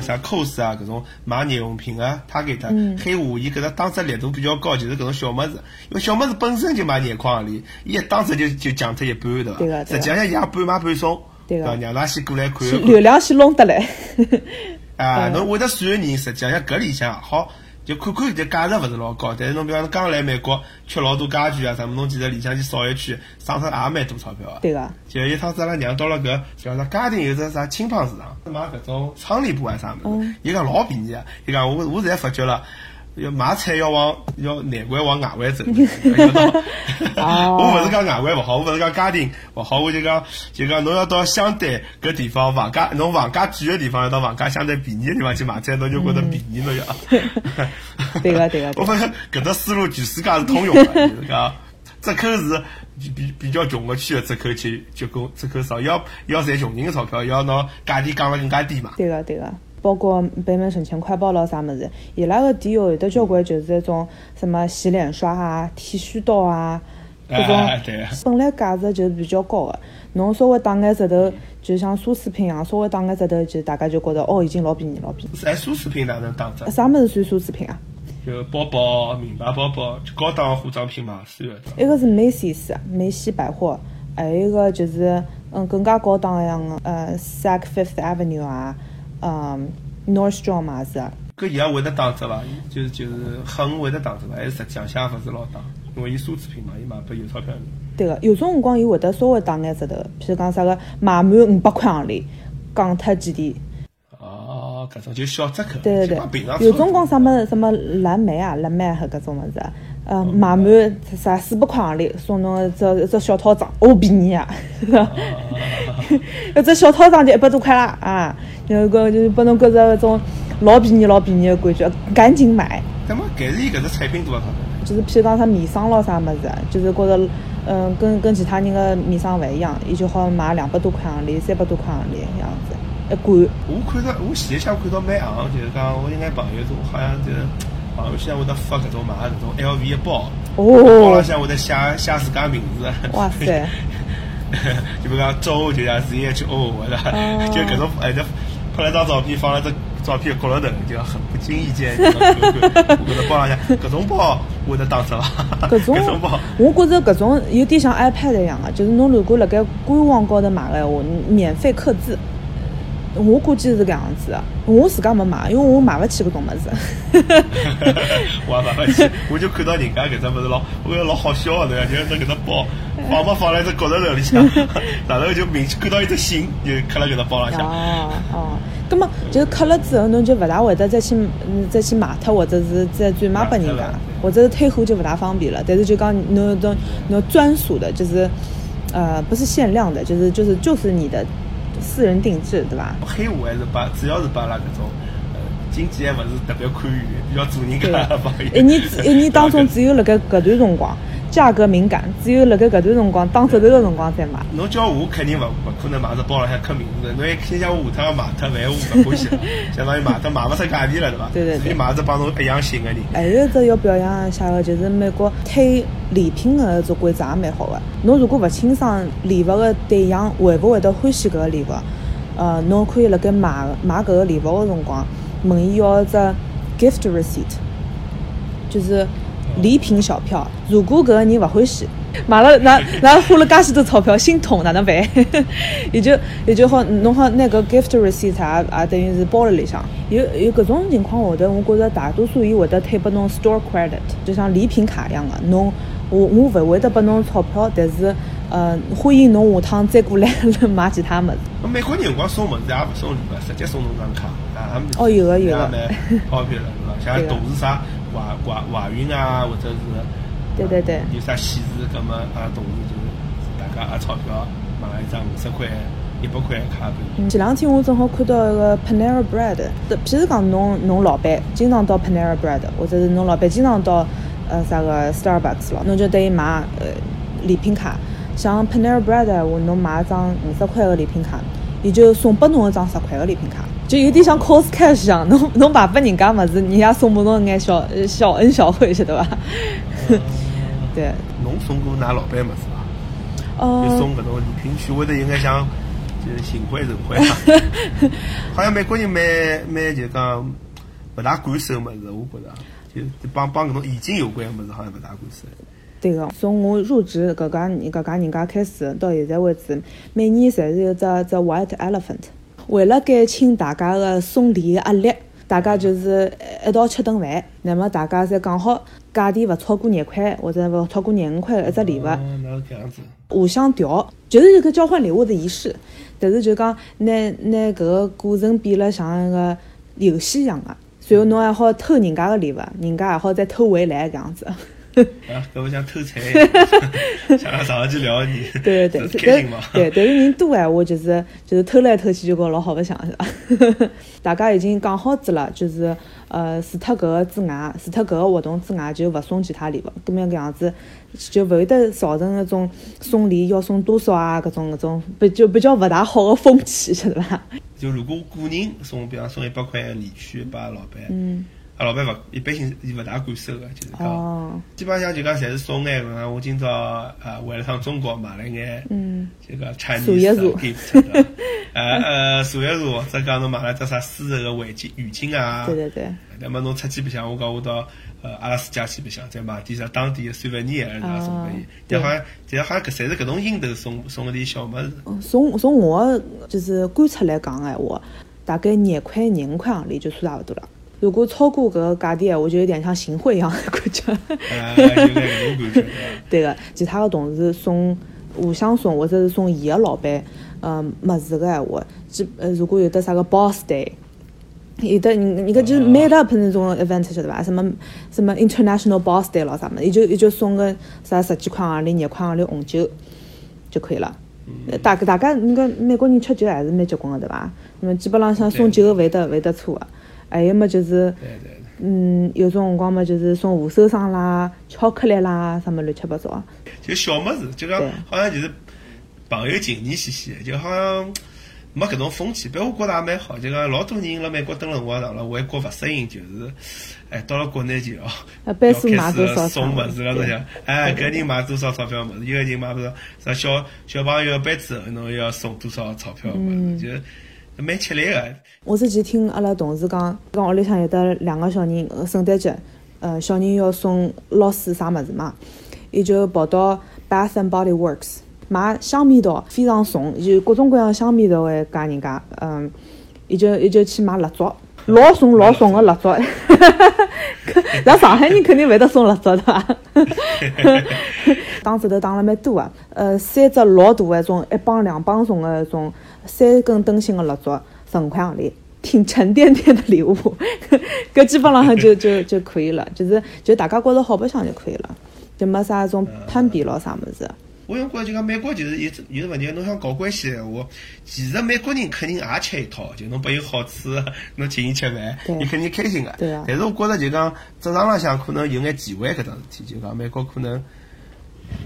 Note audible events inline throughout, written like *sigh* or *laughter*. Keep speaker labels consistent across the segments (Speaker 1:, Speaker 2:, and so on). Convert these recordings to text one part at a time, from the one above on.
Speaker 1: 像 cos 啊搿种买日用品啊，他给他黑五伊搿个打折力度比较高，就是搿种小么子，因为小么子本身就买眼眶里，伊一打折就就降脱一半，对伐？
Speaker 2: 对个对
Speaker 1: 实
Speaker 2: 个
Speaker 1: 际上也半买半送，
Speaker 2: 对个
Speaker 1: 伐？让㑚先过来看一 *laughs*
Speaker 2: 去
Speaker 1: 看。
Speaker 2: 流量先弄得来。 *laughs*
Speaker 1: 啊，侬会得算个人，实际上搿里向好，就看看就价值勿是老高，但是侬比方说刚来美国吃老多家具啊什么，侬其实里向去扫一圈，省脱也蛮多钞票啊。
Speaker 2: 对个，
Speaker 1: 就有一趟子阿拉娘到了搿，叫啥家庭有只啥乒乓市场，买搿种窗帘布啊啥物
Speaker 2: 哦
Speaker 1: 事，伊讲老便宜啊，伊讲我我现在发觉了。要买菜要往要难怪往外围
Speaker 2: *laughs*
Speaker 1: 走，要到 *laughs*
Speaker 2: 哦
Speaker 1: 我勿是讲外围勿好，我勿是讲家庭勿好，我就讲就讲侬要到相对搿地方房价，侬房价贵个地方要到房价相对便宜个地方去买菜，侬就觉得便宜侬就。
Speaker 2: 对个对个对
Speaker 1: 我发现搿只思路全世界是通用的，就是讲折扣是比比较穷个区个折扣去就跟折扣少，要要赚穷人个钞票，要拿价钿降了更加低嘛。
Speaker 2: 对个对个，包括北美省钱快报咯啥物事，伊拉个店有有的交关就是那种什么洗脸刷啊、剃须刀啊，搿种、
Speaker 1: 哎对
Speaker 2: 本来价值就是比较高个，侬稍微打眼折头，就像奢侈品一啊样，稍微打眼折头，就大家就觉得哦，已经老便宜老便宜。
Speaker 1: 哎，奢侈品哪能打折？
Speaker 2: 啥物事算奢侈品啊？
Speaker 1: 就包包、名牌包包，就高档化妆品嘛，算得到。
Speaker 2: 一个是 Macy's 梅西百货，还有一个就是嗯更加高档一样个呃 Saks Fifth Avenue 啊，嗯 Nordstrom 啊是啊。
Speaker 1: 搿伊也会得打折伐？就是就是很会得打折伐？还是实际上向勿是老打，因为伊奢侈品嘛，伊卖拨有钞票人。
Speaker 2: 对个，有种辰光伊会得稍微打眼折头，譬如讲啥个买满五百块行钿，降脱几钿。
Speaker 1: 哦，搿种就小折扣，
Speaker 2: 对对
Speaker 1: 就帮平常
Speaker 2: 对，有
Speaker 1: 差不多
Speaker 2: 种光啥么什么蓝莓啊、蓝莓和搿种物事啊，呃，买满啥四百块行钿，送侬一只一只小套装，哦便宜啊！ *laughs* 一只小套装就一百多块啦啊！然后就是拨侬觉着搿种老便宜、老便宜的感觉，赶紧买。
Speaker 1: 那么搿是伊搿只产品多少啊钞票？
Speaker 2: 就是譬如讲啥面霜咯啥么子，就是觉着，嗯，跟跟其他人个面霜勿一样，伊就好买两百多块行钿、三百多块行钿样子一罐。
Speaker 1: 我看到我前一下看到蛮行，就是讲我应该朋友中好像就是朋友圈会得发搿种买搿种 LV 的包，包浪
Speaker 2: 哦，
Speaker 1: 向会得写写自家名字。
Speaker 2: 哇塞！
Speaker 1: *laughs* 就比如讲周就像 Z H O 或者
Speaker 2: 哦
Speaker 1: 就搿种哎，就拍了张照片，放了只照片角落头，就很不经意间就看看，我觉得包浪向搿种包会得打折伐？
Speaker 2: *laughs*
Speaker 1: *laughs*
Speaker 2: 搿种
Speaker 1: 种包。，
Speaker 2: 我觉着搿种有点像 iPad 一样个、就是侬如果辣盖官网高头买个闲话，免费刻字。我估计是搿样子的，我自家没买，因为我买勿起搿种物
Speaker 1: *laughs*
Speaker 2: 事。
Speaker 1: 我也买勿起，我就看到人家搿只物事老，我觉得老好笑的，就是搿只包放没放辣一只角落头里
Speaker 2: *laughs*
Speaker 1: 向，然后就明显看到一只信，就刻辣搿只包浪向。
Speaker 2: 哦 *laughs* 哦，葛么就是刻了之后，侬就勿大会得再去嗯再去买脱，或者是再转卖拨人
Speaker 1: 买脱
Speaker 2: 家
Speaker 1: 了，
Speaker 2: 或者是退货就勿大方便了。但是就讲侬有种侬专属的，就是呃不是限量的，就是就是就是你的私人定制，对伐？
Speaker 1: 黑五还是把，主要是把阿拉搿种呃经济还勿是特别宽裕，比较做人
Speaker 2: 对哎
Speaker 1: 家
Speaker 2: 个
Speaker 1: 的朋友。 *laughs*
Speaker 2: 一年一年当中，只有辣盖搿段辰光价格敏感，只有辣盖搿段辰光打折头个辰光再买。
Speaker 1: 侬叫我肯定勿勿可能买只包浪向刻名字，侬一看像我下趟要买脱，万一我勿欢
Speaker 2: *laughs*
Speaker 1: 喜了，相当于买脱买勿出价钿了，对伐？
Speaker 2: 对对对
Speaker 1: 所以买只帮侬一样啊信个人。
Speaker 2: 还有一只要表扬一下个，就是美国推礼品个这规则也蛮好个。侬如果勿清爽礼物个对象会勿会得欢喜搿个礼物，呃，侬可以辣盖买买搿个礼物个辰光，问伊要一只 gift receipt，就是礼品小票。如果搿个人勿欢喜，买了那那花了介许多钞票，心痛哪能办？ *laughs* 也就也就好，侬好拿搿 gift receipt 也也等于是包了里向。有有搿种情况下头，我觉着大多数伊会得退拨侬 store credit，就像礼品卡一样个、侬我我勿会得拨侬钞票，但是呃欢迎侬下趟再过来 *laughs* 买其他物事。
Speaker 1: 那美国人有辰光送物事也勿送礼物，直接送侬张卡啊。
Speaker 2: 哦有的有哦
Speaker 1: *laughs*
Speaker 2: 的
Speaker 1: 的，蛮方便了，是吧？像
Speaker 2: 对的
Speaker 1: 同事啥怀怀怀孕啊，或者是
Speaker 2: 对对对
Speaker 1: 有啥喜事，葛么阿拉同事就是大家压钞票啊买一张五十块、一百块的卡给
Speaker 2: 前两天我正好看到一个 Panera Bread，的譬如讲侬侬老板经常到 Panera Bread，或者是侬老板经常到呃啥个 Starbucks 咯，侬就对伊买呃礼品卡。像 Panera Bread 的话，侬买一张五十块个礼品卡，伊就送拨侬一张十块个礼品卡，就有点像 Cost Cash 一样，侬侬买拨人家物事，人家送拨侬一眼小呃小恩小惠，晓得伐？对，
Speaker 1: 侬送过㑚老板物事伐？
Speaker 2: 呃
Speaker 1: 就，送搿种礼品券，会得有眼像就是行贿受贿啊。好像美国人蛮蛮就讲勿大管收物事，我觉着啊就就帮帮搿种现金有关个物事，好像勿大管收。
Speaker 2: 对个，从我入职搿家搿家人家开始，到现在为止，每年侪是有只只 white elephant。为了减轻大家个送礼个压力，大家就是一道吃顿饭，那么大家侪讲好价钿勿超过廿块或者勿超过廿五块一只礼物。
Speaker 1: 哦，那是搿样子。
Speaker 2: 互相调，就是一个交换礼物的仪式。但是就讲拿拿搿个过程变了像一个游戏一样个、随后侬还好偷人家个礼物，人家也好再偷回来搿样子。
Speaker 1: 啊，搿我想偷菜， *laughs* 想让上去聊你， *laughs*
Speaker 2: 对对
Speaker 1: 这
Speaker 2: 对，
Speaker 1: 开心嘛
Speaker 2: 但？对，但是人多闲话就是就是偷来偷去就觉得老好白相是吧？ *laughs* 大家已经讲好子了，就是呃，除脱搿个之外，除脱搿个活动之外，就勿送其他礼物。咁么搿样子就勿会得造成搿种送礼要送多少啊，搿种搿种比就比较勿大好个风气，晓得伐？
Speaker 1: 就如果个人送，比方送一百块礼券拨老板，嗯，啊，老板勿一般性伊勿大管收个，就是讲。
Speaker 2: 哦，
Speaker 1: 基本上就讲侪是送眼个，我今朝呃回了趟中国买了眼，嗯，这个 Chinese
Speaker 2: 数一数
Speaker 1: gift，对吧呃呃数一数，或者讲侬买了只啥丝绸个围巾、浴巾啊，
Speaker 2: 对对对，
Speaker 1: 那么侬出去白相，我讲我到呃阿拉斯加去白相，再买点啥当地个 souvenir 还是啥送拨伊
Speaker 2: 哦，
Speaker 1: 但
Speaker 2: 对
Speaker 1: 好像但好像搿侪是搿种应头送送了点小物事，
Speaker 2: 嗯从从我的就是观察来讲个闲话，大概廿块、廿五块行钿就算差勿多了。如果超过搿个价钿闲话，就有点像行贿一样的感觉。
Speaker 1: 呃，就搿搿种感觉，对伐？
Speaker 2: 对个，其他个同事送互相送，或者是送伊个老板，嗯，物事个闲话，基呃如果有得啥个 boss day。有的人人家就是 made up 那种 event 晓得伐？什么什么 international boss day 咯啥么，伊就伊就送个啥十几块行钿、廿块行钿红酒就可以了。呃大大家那个美国人吃酒还是蛮结棍个对伐？那么基本浪向送酒勿会得勿会得错个，还有么就是。
Speaker 1: 对对对。
Speaker 2: 嗯，有种辰光嘛，就是送护手霜啦、巧克力啦，什么乱七八糟。啊
Speaker 1: 就小么子，就讲
Speaker 2: 对
Speaker 1: 好像就是朋友情谊兮兮的，就好像没搿种风气。不过我觉着也蛮好，就讲老多人辣美国蹲了辰光长了，回国勿适应，就是哎到了国内就要
Speaker 2: 啊倍数
Speaker 1: 要
Speaker 2: 买
Speaker 1: 开
Speaker 2: 多
Speaker 1: 始
Speaker 2: 少
Speaker 1: 送物事了，侬
Speaker 2: 对
Speaker 1: 想哎搿人买多少钞票物事，一个人买多少啥小小朋友的杯子，侬又要送多少钞票物
Speaker 2: 嗯
Speaker 1: 事，就蛮吃力个。
Speaker 2: 我之前听阿拉同事讲，讲屋里向有得两个小人，呃圣诞节，呃，小人要送老师啥物事嘛，伊就跑到 Bath and Body Works 买香味道，非常怂，就各种各样香味道的家人家，嗯，伊就伊就去买蜡烛，老怂老怂个蜡 *laughs* 烛，咱上海人肯定会得送蜡烛的 *laughs* 伐？打折头打了蛮多啊，呃，三只老大个种一帮两帮重个种三根灯芯个蜡烛，十五块行钿，挺沉甸甸的礼物， *laughs* 搿基本浪向就就就可以了，就是就大家觉着好白相就可以了，就没啥种攀比咯啥物事。
Speaker 1: 我用觉就讲美国就是有有个问题，侬想搞关系的闲话，其实美国人肯定也吃一套，就侬拨伊好吃的，侬请伊吃饭
Speaker 2: 对，
Speaker 1: 伊肯定开心个。
Speaker 2: 对啊
Speaker 1: 但是我觉着就讲职场浪向可能有眼忌讳搿桩事体，就讲美国可能，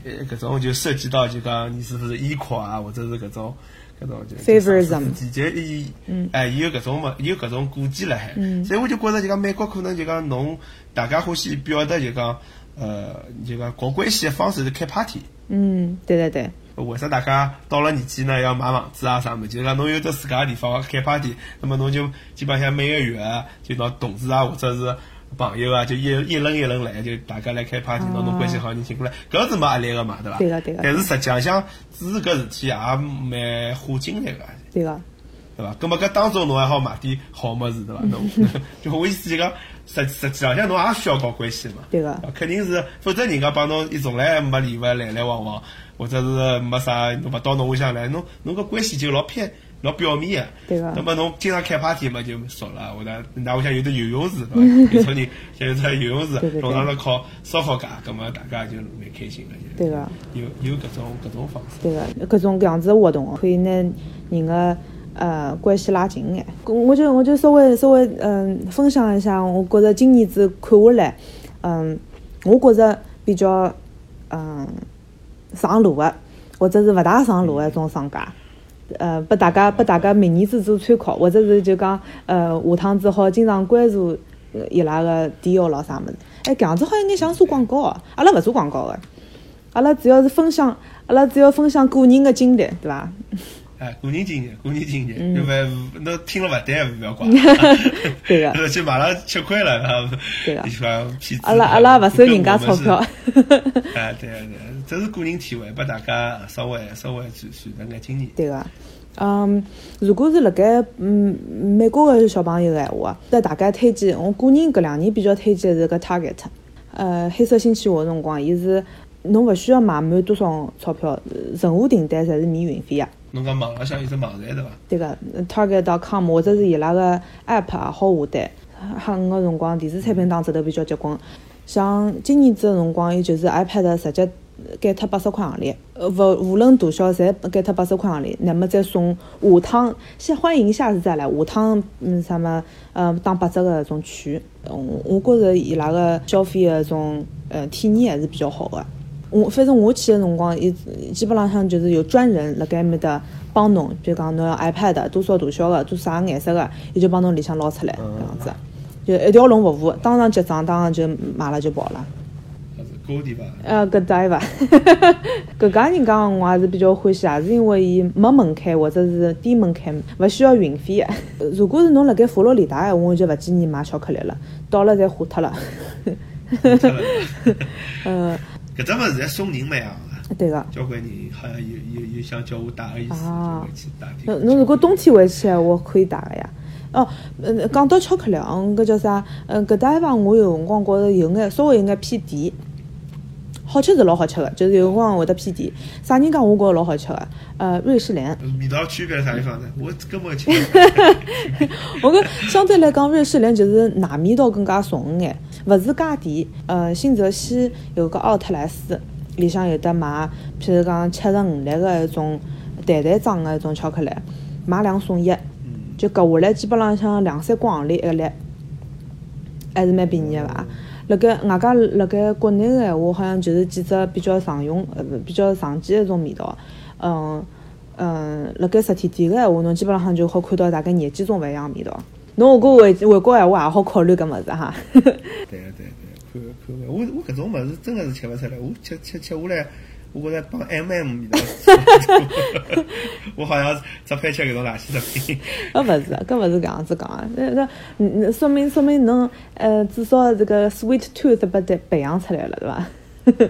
Speaker 1: 呃，搿种就涉及到就讲你是不是 equal 啊，或者是搿种。搿种就
Speaker 2: Favorism 嗯
Speaker 1: 就就伊，哎，伊有搿种嘛，伊有搿种顾忌辣海，所以我就觉着就讲美国可能就讲侬大家欢喜表达就讲，呃，就讲搞关系的方式是开 party，
Speaker 2: 嗯，对对对，
Speaker 1: 为啥大家到了年纪呢要买房子啊啥么？就是讲侬有得自家的地方开 party，那么侬就基本上每个月啊就拿同事啊或者是朋友啊，就一一轮一轮来，就大家来开 party，拿侬关系好人请过来，搿是没压力个嘛，对伐？
Speaker 2: 啊对个对个
Speaker 1: 但是实际浪向主持搿事体也蛮花精力个，
Speaker 2: 对个。
Speaker 1: 对伐？葛末搿当中侬还好买点好物事，对伐？
Speaker 2: *laughs*
Speaker 1: 侬就我意思就讲，实实际浪向侬也需要搞关系嘛。
Speaker 2: 对个
Speaker 1: 啊肯定是，否则人家帮侬伊从来没礼物来来往往，或者是没啥侬勿到侬屋里向来，侬侬搿关系就老偏老表面个。
Speaker 2: 对个
Speaker 1: 那么侬经常开 party 嘛就少了，或者那屋里向有得游泳池，对伐？有
Speaker 2: *laughs*
Speaker 1: 种人像有只游泳
Speaker 2: 对
Speaker 1: 池，
Speaker 2: 对对
Speaker 1: 弄上了烤烧烤架，葛末大家就蛮开心个。就
Speaker 2: 对个
Speaker 1: 有有搿种搿种方式。
Speaker 2: 对个，呃搿种搿样子的活动可以拿人个呃关系拉近一眼。搿我就我就稍微稍微嗯分享一下，我觉着今年子看下来，嗯，我觉着比较嗯上路个，或者是勿大上路个一种商家。呃，拨大家拨大家明年子做参考，或者是就讲呃下趟子好经常关注呃伊拉个店号咯啥物事。哎，搿样子好像有眼像做广告啊，阿拉勿做广告个、阿拉只要是分享，阿拉只要分享个人的经历，对伐？
Speaker 1: 哎，个人经验，个人经验，
Speaker 2: 嗯
Speaker 1: 要不然侬听了勿对，勿要怪。
Speaker 2: *laughs* 对
Speaker 1: *laughs*
Speaker 2: 个，
Speaker 1: 去买了吃亏了，啊
Speaker 2: 对个
Speaker 1: 你说骗子。
Speaker 2: 阿拉阿拉勿收人家钞票。 *laughs*
Speaker 1: 哎，对个对个，这是个人体会，拨大家稍微稍微传传达眼经验。
Speaker 2: 对个。嗯，如果是辣盖嗯美国个小朋友个闲话，对大家推荐，我个人搿两年比较推荐是搿 Target。呃，黑色星期五个辰光，伊是侬勿需要买满多少钞票，任何订单侪是免运费个。啊
Speaker 1: 侬讲网浪向有只网站对伐？
Speaker 2: 对个，Target.com 呃或者是伊拉个 app 也好下单。哈，我辰光电子产品打折头比较结棍，像今年子个辰光，伊就是 iPad 直接减脱八十块行钿，呃，勿无论大小，侪减脱八十块行钿。那么再送下趟，先欢迎下次再来，下趟嗯啥么呃打八折个搿种券，嗯我觉着伊拉个消费个搿种呃体验还是比较好个、我反正我去的辰光，伊基本浪向就是有专人辣盖埃面搭帮侬，比如讲侬要 iPad 多少大小个，多啥颜色个，伊就帮侬里向捞出来搿样子，就一条龙服务，当场结账，当场就买了就跑了。
Speaker 1: 还是高
Speaker 2: *laughs*
Speaker 1: 点伐？
Speaker 2: 呃，搿搭伐？搿家人讲我也是比较欢喜，也是因为伊没门槛或者是低门槛，勿需要运费个。呃 *laughs* 如果是侬辣盖佛罗里达闲话，我就勿建议买巧克力了，到了侪化脱了。呃，
Speaker 1: 搿只物事还送人蛮行个，
Speaker 2: 对个。
Speaker 1: 交关人好像有有有想叫我带个意思，
Speaker 2: 啊
Speaker 1: 就回去带点。
Speaker 2: 侬侬如果冬天回去，我可以打个呀。哦，嗯，讲到巧克力，嗯，搿叫啥？嗯，搿搭地方我有辰光觉着有眼稍微有眼偏甜，好吃是老好吃个，就是有辰光会得偏甜。啥人讲我觉着老好吃个？呃，瑞士莲，
Speaker 1: 味道区别在啥地
Speaker 2: *laughs*
Speaker 1: 方呢？我根本吃勿
Speaker 2: 我搿相对来讲，瑞士莲就是奶味道更加重一眼，勿是加甜。呃，新泽西有个奥特莱斯，里向有得买，譬如讲七十五粒个一种蛋蛋装个一种巧克力，买两送一。 *laughs*
Speaker 1: 嗯，
Speaker 2: 就搿下来基本浪向两三块行钿一粒，还是蛮便宜个伐？辣盖外加辣盖国内个闲话，好像就是几只比较常用呃不比较常见个一种味道，嗯嗯，辣盖实体店个闲话，侬基本浪向就好看到大概廿几种勿一样的味道。侬如果回回国闲话，也好考虑搿物事哈。
Speaker 1: 对个对个对个，看看我我搿种物事真个是吃勿出来，我吃吃吃下来。我觉着帮 M M 味道差不多， *laughs* 我好像只配吃搿种垃圾食品。
Speaker 2: 搿勿是，搿勿是搿样子讲个，那那嗯那说明说明侬呃至少这个 sweet tooth 被培培养出来了，对伐？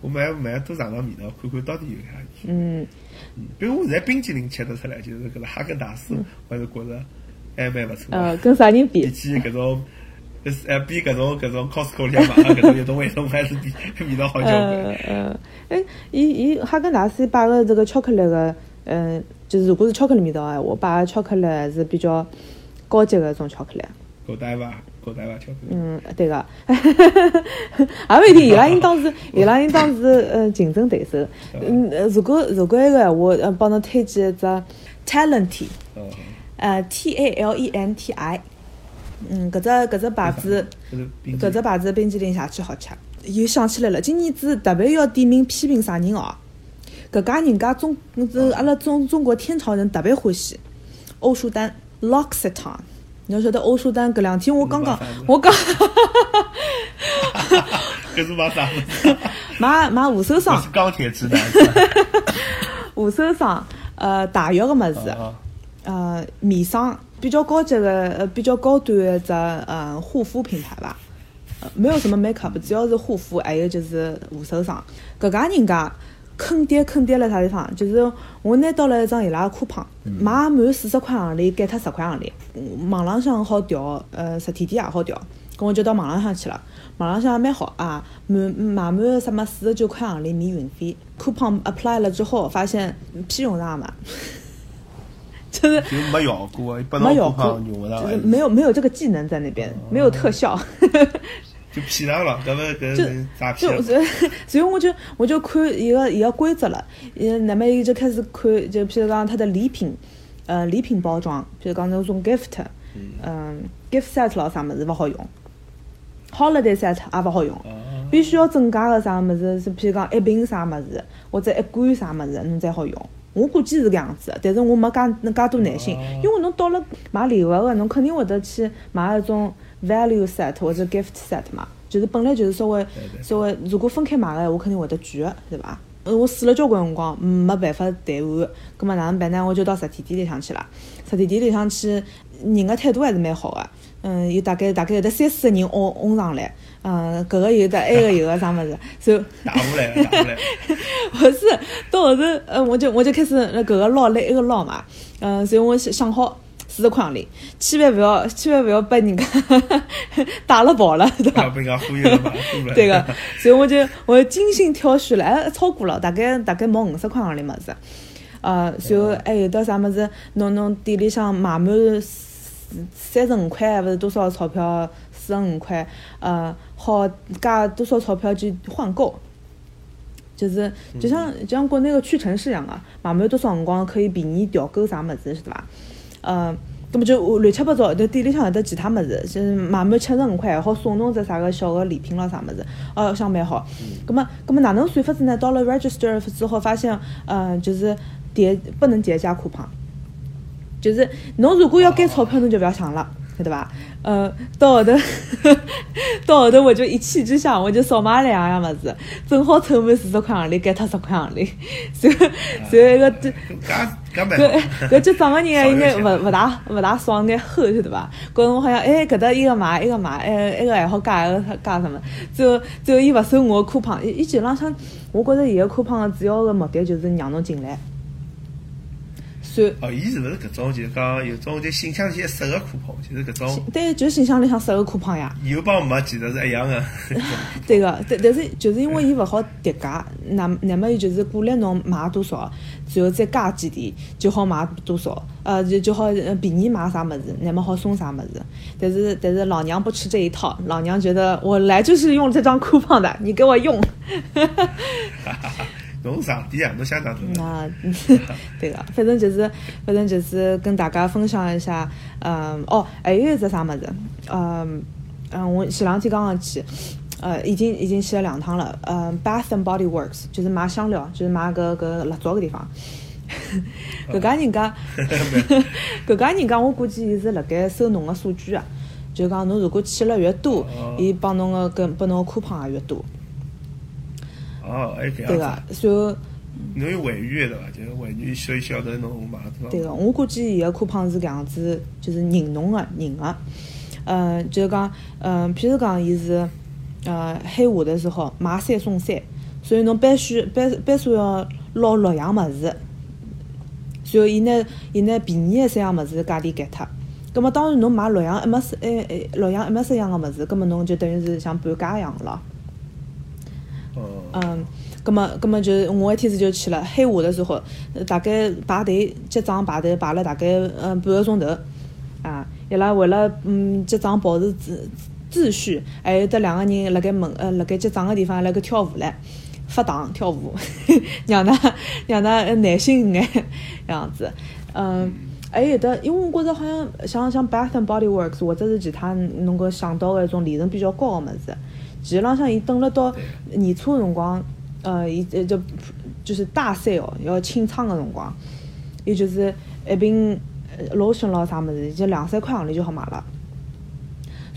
Speaker 1: 我买买多尝尝味道，看看到底有啥。
Speaker 2: *laughs* 嗯。
Speaker 1: 嗯，比如我现在冰淇淋吃得出来，就是搿个哈根达斯，我还是觉着还蛮勿错的。
Speaker 2: 呃，跟啥人比
Speaker 1: 比？起搿种，呃，比搿种搿种 Costco 里向买的搿种一种味道还是比味道好交
Speaker 2: 呃
Speaker 1: 关。
Speaker 2: 呃，哎，伊伊哈根达斯摆个这个巧克力个，嗯，就是如果是巧克力味道哎，我摆个巧克力还是比较高级个一种巧克力。
Speaker 1: 狗蛋伐，狗蛋伐，巧克力。
Speaker 2: 嗯，对个， *laughs* 也勿一定，伊拉应当是伊拉应当是呃竞争对手。嗯，呃如果如果埃个闲话，呃，帮侬推荐一只 Talenti，
Speaker 1: 哦，
Speaker 2: 呃，T A L E N T I，嗯，搿只搿只牌子。
Speaker 1: 就是冰淇
Speaker 2: 搿只
Speaker 1: 淋。
Speaker 2: 牌子冰淇淋邪气好吃。啊又想起来了，今年子特别要点名批评啥人哦？搿家人家中，
Speaker 1: 啊
Speaker 2: 这阿拉中中国天朝人特别欢喜欧舒丹 （L'Occitane）。你要晓得欧舒丹搿两天我刚刚
Speaker 1: 麻烦了
Speaker 2: 我刚 *laughs*
Speaker 1: 搿是买啥物事？
Speaker 2: 买买无手
Speaker 1: 我
Speaker 2: 霜
Speaker 1: 是，钢铁直男。是吧
Speaker 2: 无手霜，呃，洗浴个物事，
Speaker 1: 啊
Speaker 2: 呃，米霜比较高级个，呃，比较高端的一只呃护肤品牌吧。呃，没有什么 makeup，主要是护肤，还有就是护手霜。搿家人家坑爹坑爹辣啥地方？就是我拿到了一张伊拉个 coupon，买满四十块行钿减脱十块行钿，嗯网浪向好调，呃，实体店也好调。咁我就到网浪向去了，网浪向也蛮好啊，满买满什么四十九块行钿免运费，coupon apply 了之后，发现屁用场也没， *laughs* 就是
Speaker 1: 就没效果，拨侬
Speaker 2: 没有
Speaker 1: 用
Speaker 2: 过
Speaker 1: 上用勿，
Speaker 2: 就是
Speaker 1: 上，
Speaker 2: 没有没有这个技能在那边，没有特效，
Speaker 1: 就骗上了。搿么搿
Speaker 2: 就是
Speaker 1: 诈
Speaker 2: *laughs* 就
Speaker 1: 骗了？
Speaker 2: 所以 *laughs* 所以我就我就看一个一个规则了，嗯，那么就开始看，就譬如讲它的礼品，呃，礼品包装，譬如讲那种 gift，嗯，gift set 咯啥么子勿好用，holiday set 也勿好用。
Speaker 1: 啊
Speaker 2: 必须要正价个啥物事，是譬如讲一瓶啥物事，或者一罐啥物事，侬才好用。我估计是搿样子的，但是我没介那介多耐心
Speaker 1: 哦，
Speaker 2: 因为侬到了买礼物个，侬肯定会得去买一种 value set 或者 gift set 嘛，就是本来就是稍微
Speaker 1: 对对
Speaker 2: 稍微，如果分开买个闲话，肯定会得贵个，对伐？呃我试了交关辰光，嗯没办法兑换，葛末哪能办呢？我就到实体店里向去了。实体店里向去，人个态度还是蛮好个、嗯，有大概大概有得三四个人拥拥上来，嗯，搿个有得，埃个有个啥物事，所以
Speaker 1: 打下来了，打下来了。
Speaker 2: *laughs* 不是，到后头，呃，我就我就开始那搿个捞来，埃个捞嘛，嗯、所以我想想好四十块洋钿，千万不要，千万不要被人家 *laughs* 打了跑了， *laughs*
Speaker 1: 不
Speaker 2: 对吧？
Speaker 1: *laughs* 要被人家忽悠了吧？忽悠了
Speaker 2: 对个，啊所以我就我就精心挑选了，哎，超过了，大概大概毛五十块洋钿么子，呃，随后还有得啥么子，侬侬店里向买满三十五块，还勿是多少钞票，四十五块，呃，好加多少钞票去换购。就是就像就像国内个屈臣氏一样啊，买满多少辰光可以便宜调购啥物事，是对伐？呃，那么就乱七八糟，就店里向有得其他物事，就是买满七十五块还好送侬只啥个小个礼品咯啥物事，哦，想蛮好。咁么咁么哪能算法子呢？到了 register 之后发现，呃，就是叠不能叠加 coupon。就是侬如果要减钞票，侬就不要想了，晓得伐？呃，到后头， *laughs* 到后头我就一气之下，我就少买了两样物事，正好凑满四十块洋钿，减脱十块洋钿。 *laughs* 随后，随后一个这
Speaker 1: 搿搿蛮
Speaker 2: 搿
Speaker 1: 好。
Speaker 2: 搿这长个人啊应该勿勿大勿大爽眼齁，晓得伐？觉着我好像哎搿搭一个买一个买，哎一个还好加一个加什么？最后最后伊勿收我的 coupon，伊伊基本浪向，我觉着伊个 coupon 的主要个目的就是让侬进来。算
Speaker 1: 哦，伊是勿是搿种就是讲有种就信箱里向塞个酷跑，就是搿种
Speaker 2: 对，就是信箱里向塞个 coupon 呀。
Speaker 1: 有帮没其实是一样的。 *laughs*
Speaker 2: 对个，但但是就是因为伊勿好叠加，那那么伊就是鼓励侬买多少，然后再加几钿，就好买多少，呃，就就好呃便宜买啥物事，那么好送啥物事。但是但是老娘不吃这一套，老娘觉得我来就是用这张 coupon 的，你给我用。
Speaker 1: 侬上帝啊，侬相当多。
Speaker 2: 那对个，反正就是，反正就是跟大家分享一下，嗯，哦，还有一只啥么子，嗯嗯，我前两天刚刚去，呃，已经已经去了两趟了，嗯，Bath and Body Works 就是买香料，就是买搿搿蜡烛个地方。 *laughs* 搿家人家， *laughs* 搿家人家，我估计伊是辣盖收侬个数据啊，就讲侬如果去了越多，伊帮侬个跟拨侬个 coupon 也越多，
Speaker 1: 哦，还搿样
Speaker 2: 对个
Speaker 1: 子。，
Speaker 2: 然后。
Speaker 1: 侬有会员的对伐？就是会员消一消头侬买多
Speaker 2: 对啊
Speaker 1: 少？
Speaker 2: 个，我估计伊个 coupon 是搿样子，就是认侬个认个，呃，就是讲，嗯，譬如讲伊是，呃，黑五的时候买三送三，所以侬必须必必须要捞六样物事，然后伊拿伊拿便宜的三样物事价钿减脱。葛末当然侬买六样一模是，哎哎，六样一模是一样个物事，葛末侬就等于是像半价一样个咯。
Speaker 1: 哦，
Speaker 2: 嗯，葛么葛么就是我一天子就去了，黑下的时候，呃大概排队结账排队排了大概嗯半个钟头，啊，伊拉为了嗯结账保持秩秩序，还有得两个人辣盖门呃辣盖结账个地方辣盖跳舞唻。发糖跳舞， *laughs* 让㑚让㑚耐心一眼，这样子。嗯，还有的，因为我觉着好像像像 Bath and Body Works 或者是其他能够想到的一种利润比较高的物事，其实浪向伊等了到年初的辰光，呃，伊呃就就是大赛哦，要清仓的辰光，伊就是一瓶呃 lotion 咯啥物事，就两三块洋钿就好买了。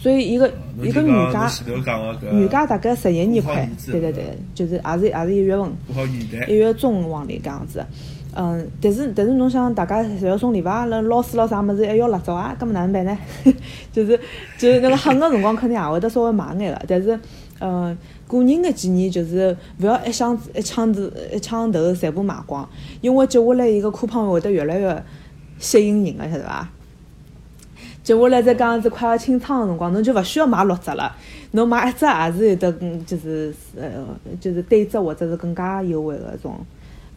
Speaker 2: 所以一个
Speaker 1: 侬
Speaker 2: 一
Speaker 1: 就
Speaker 2: 个
Speaker 1: 讲
Speaker 2: 原价
Speaker 1: 侬，前头讲个搿
Speaker 2: 原价大概十一二
Speaker 1: 不好
Speaker 2: 块
Speaker 1: 理，解
Speaker 2: 对对对，就是也是也是一月份。
Speaker 1: 不好年代
Speaker 2: 一。月中往里搿样子。嗯，但是但是侬想，大家侪要送礼物啊，那老师咯啥物事还要蜡烛啊，搿么哪能办呢？ *laughs* 就是就是那个黑个辰光肯定也会得稍微买眼个，但是嗯，个人个建议就是勿要一箱子一枪子一枪头全部买光，因为接下来伊个 coupon 会得越来越吸引人个，晓得伐？接下来再讲样子快要清仓个辰光，侬就勿需要买六只了，侬买一只也是有得，嗯就是呃，就是对折或者是更加优惠个种，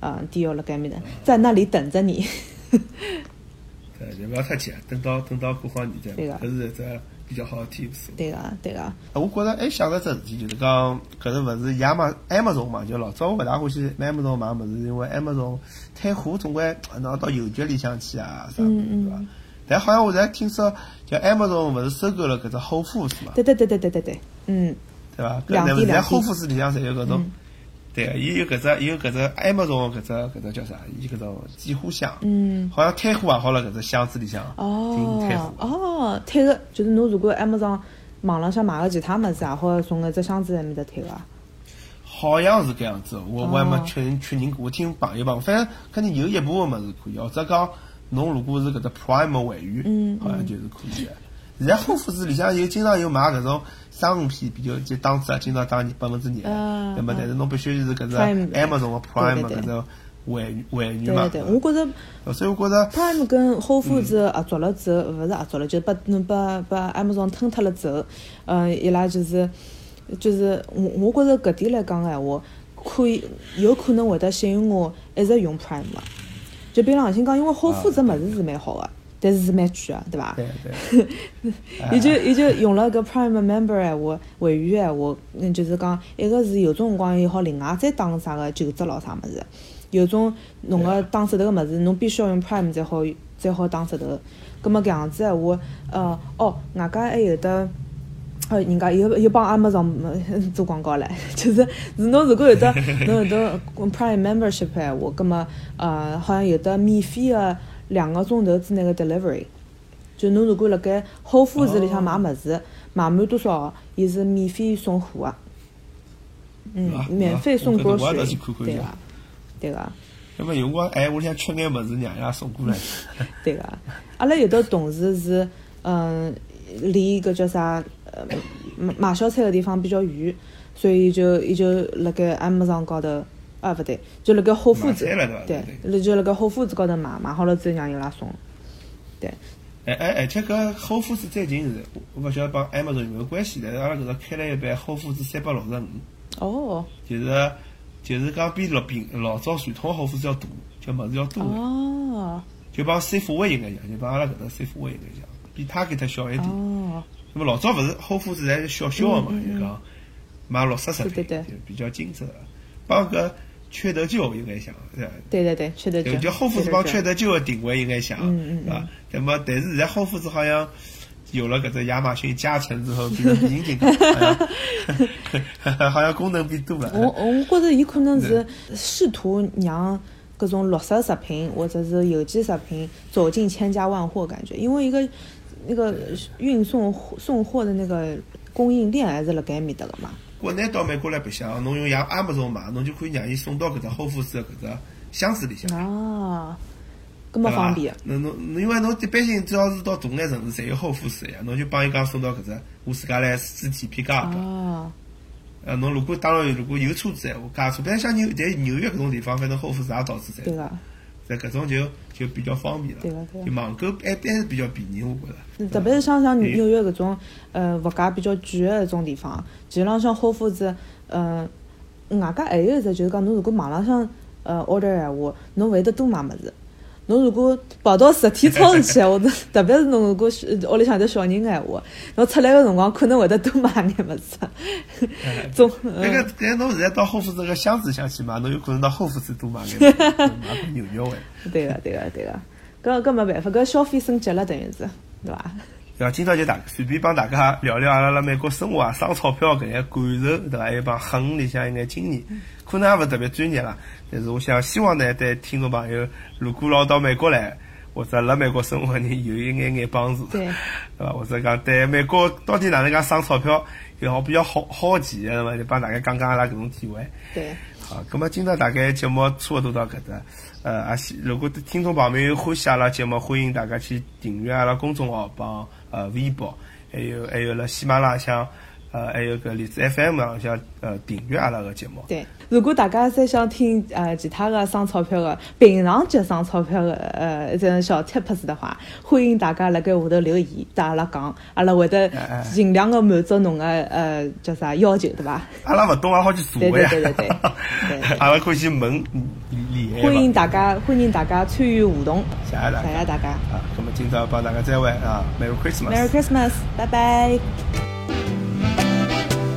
Speaker 2: 呃，店要辣盖面的，在那里等着你。 *laughs*
Speaker 1: 对，就勿要太急，等到等到过好年代
Speaker 2: 对
Speaker 1: 嘛
Speaker 2: 个，
Speaker 1: 搿是一只比较好的 tips。
Speaker 2: 对个、对个、啊
Speaker 1: 哎我觉着还想着只事体，就是讲搿是勿是亚马 Amazon 嘛？就老早我勿大欢喜 Amazon 买物事，因为 Amazon 退货总归拿到邮局里向去啊，啥
Speaker 2: 嗯
Speaker 1: 物事对伐？但好像我才听说，就 Amazon 勿是收购了搿只 Whole Foods 嘛，
Speaker 2: 对对对对对对对，嗯，
Speaker 1: 对伐？搿
Speaker 2: 两
Speaker 1: 那么现
Speaker 2: 地
Speaker 1: 在
Speaker 2: 两地嗯
Speaker 1: Whole Foods 里向侪有搿种，对个，伊有搿只，伊有搿只 Amazon 搿只搿只叫啥？伊搿种寄货箱，
Speaker 2: 嗯，
Speaker 1: 好像退货也好了搿只箱子里向，进退
Speaker 2: 哦
Speaker 1: 货，
Speaker 2: 哦，退个就是侬啊如果 Amazon 网浪向买个其他物事也好，从搿只箱子埃面搭退个。
Speaker 1: 好像是搿样子，我我还没
Speaker 2: 哦
Speaker 1: 确认确认过，我听朋友讲，反正肯定有一部分物事可以，或者讲侬如果是搿只 Prime 会
Speaker 2: 嗯
Speaker 1: 员，好像就是可以的。现在护肤师里向有经常有买搿种商务品，比较就打折，经常打百分之廿，
Speaker 2: 啊
Speaker 1: 那么但是侬必须是搿只
Speaker 2: Prime
Speaker 1: Amazon 的 Prime
Speaker 2: 对对
Speaker 1: 搿只会员会员
Speaker 2: 对
Speaker 1: 嘛
Speaker 2: 对。对，我觉着
Speaker 1: 呃所以我觉着
Speaker 2: Prime 跟 Whole Foods 合作了之后，勿是合作了，就是把嗯把把 Amazon 吞脱了之后，嗯，伊拉就是就是我我觉着搿点来讲个闲话，可以有可能会得吸引我一直用 Prime 个。就比如浪向讲，因为 Whole Foods 物事是蛮好个，但是是蛮贵个，对伐？
Speaker 1: 对对。
Speaker 2: 伊就伊就用了搿 Prime Member 闲话，会员闲话，嗯，就是讲一个是有种辰光伊好另外再打啥个九折咯啥物事，有种侬个打折头个物事，侬必须要用 Prime 才好才好打折头。葛末搿样子闲话，呃，哦，外加还有得。哦，人家又又帮 Amazon *laughs* 嗯做广告唻， *laughs* 就是侬如果有得侬有得 Prime Membership 闲话，葛末呃好像有得免费个两个钟头之内个 delivery，就侬如果辣盖 Whole Foods 里向买物事，买满多少，伊是免费送货个，嗯
Speaker 1: 是吧，
Speaker 2: 免费送
Speaker 1: 是吧我
Speaker 2: grocery，
Speaker 1: 啊觉得我也得去看看一
Speaker 2: 对
Speaker 1: 下
Speaker 2: 个，对啊
Speaker 1: 那
Speaker 2: 个。
Speaker 1: 么有辰光哎，屋里向缺眼物事，让伊拉送过来。
Speaker 2: 对个，阿拉有的同事是，嗯，离搿叫啥，呃，买买小菜个地方比较远，所以就伊就辣盖 Amazon 高头，啊勿对，就辣盖后夫子
Speaker 1: 买菜了对伐，
Speaker 2: 对，那就辣盖后夫子高头买，买好了之后让伊拉送，对，
Speaker 1: 哎哎，而且搿厚夫子最近是，我勿晓得帮 Amazon 有没有关系，但是阿拉搿搭开了一版厚夫子三百六十五，
Speaker 2: 哦，
Speaker 1: 就是就是讲比老平老早传统厚夫子要大，就物事要多眼，
Speaker 2: 哦，
Speaker 1: 就帮 Safeway 应该一样，就帮阿拉搿搭 Safeway 应该一样，比 Target 小一点。
Speaker 2: 哦，嗯
Speaker 1: 那么老早勿是厚夫子侪是小小个嘛，就讲买绿色食品，
Speaker 2: 对对对
Speaker 1: 就比较精致个，帮搿缺德舅应该像，对伐？
Speaker 2: 对对对，缺德
Speaker 1: 对，
Speaker 2: 就
Speaker 1: 就后夫子帮缺德舅的定位应该像，
Speaker 2: 嗯嗯嗯
Speaker 1: 啊，那么但是现在后夫子好像有了搿只亚马逊加成之后，变
Speaker 2: *laughs*
Speaker 1: 成民营了，好像 *laughs* 好像功能变多
Speaker 2: 我
Speaker 1: 了。
Speaker 2: 我觉着伊可能是试图让各种绿色食品或者是有机食品走进千家万户，感觉，因为一个那个运送送货的那个供应链还是辣盖埃面搭个嘛。
Speaker 1: 国内到美国来白相，侬用亚 Amazon 买，侬就可以让伊送到搿只后夫子的搿只箱子里向，
Speaker 2: 啊，搿
Speaker 1: 对
Speaker 2: 么
Speaker 1: 伐
Speaker 2: 方便。
Speaker 1: 那侬侬因为侬一般性只要是到大眼城市，侪有后夫子呀，侬就帮伊讲送到搿只我自家来自体 pick up。
Speaker 2: 啊，
Speaker 1: 呃，侬如果当然如果有车子闲话，加车，但像纽在纽约搿种地方，反正后夫子也到处侪有
Speaker 2: 对。个，
Speaker 1: 在搿种就就比较方便了。
Speaker 2: 对个对个
Speaker 1: 就网购还还是比较便宜，我觉着。
Speaker 2: 特别是像像
Speaker 1: 对
Speaker 2: 纽约搿种呃物价比较贵个搿种地方，其实浪向后夫子，呃，外加还有一只就是讲，侬如果网浪向呃 order 闲话，侬勿会得多买物事。侬如果跑到实体超市去，闲话，侬特别是侬如果是屋里向有得小人个闲话，侬出来个辰光可能会得多买眼物事。 *laughs* 总
Speaker 1: 哎那
Speaker 2: 嗯
Speaker 1: 个，搿侬现在到后夫子搿箱子里向去买，侬有可能到后夫子多 *laughs* 买眼买块牛肉哎。
Speaker 2: 嗯对个对个对个，搿搿没办法，搿消费升级了等于是，对
Speaker 1: *laughs*
Speaker 2: 伐？
Speaker 1: 对伐？今朝就大随便帮大家聊聊阿拉辣美国生活啊、省钞票搿眼感受，对伐？还有帮行里向一眼经验，可能也勿特别专业啦，但是我想希望呢，对听众朋友，如果老到美国来。或者辣美国生活的人有一眼眼帮助，
Speaker 2: 对
Speaker 1: *laughs* 对伐？或者讲对美国到底哪能介省钞票有好比较好好奇的，那么就帮大家讲讲阿拉搿种体会。
Speaker 2: 对。
Speaker 1: 好，咁么今朝大概节目差不多到搿搭。呃，也希如果听众朋友欢喜阿拉节目，欢迎大家去订阅阿拉公众号帮呃微博，还有还有辣喜马拉雅上，呃还有搿荔枝 FM 上向呃订阅阿拉个节目。
Speaker 2: 对，如果大家再想听呃其他个省钞票个、平常节省钞票个呃一种小 tips 的话，欢迎大家辣盖下头留言，带阿拉讲，阿拉会得
Speaker 1: 哎
Speaker 2: 尽量个满足侬个呃叫啥要求，对伐？
Speaker 1: 阿拉勿懂，阿拉好去查呀。
Speaker 2: 对对对对对对
Speaker 1: *laughs* 阿拉可以去问厉害
Speaker 2: 欢迎
Speaker 1: 伐？
Speaker 2: 大家，欢迎大家参与互动，
Speaker 1: 谢谢大家
Speaker 2: 谢谢大家
Speaker 1: 啊，咁么今朝帮大家再会啊，Merry Christmas。
Speaker 2: ，Merry Christmas，拜拜。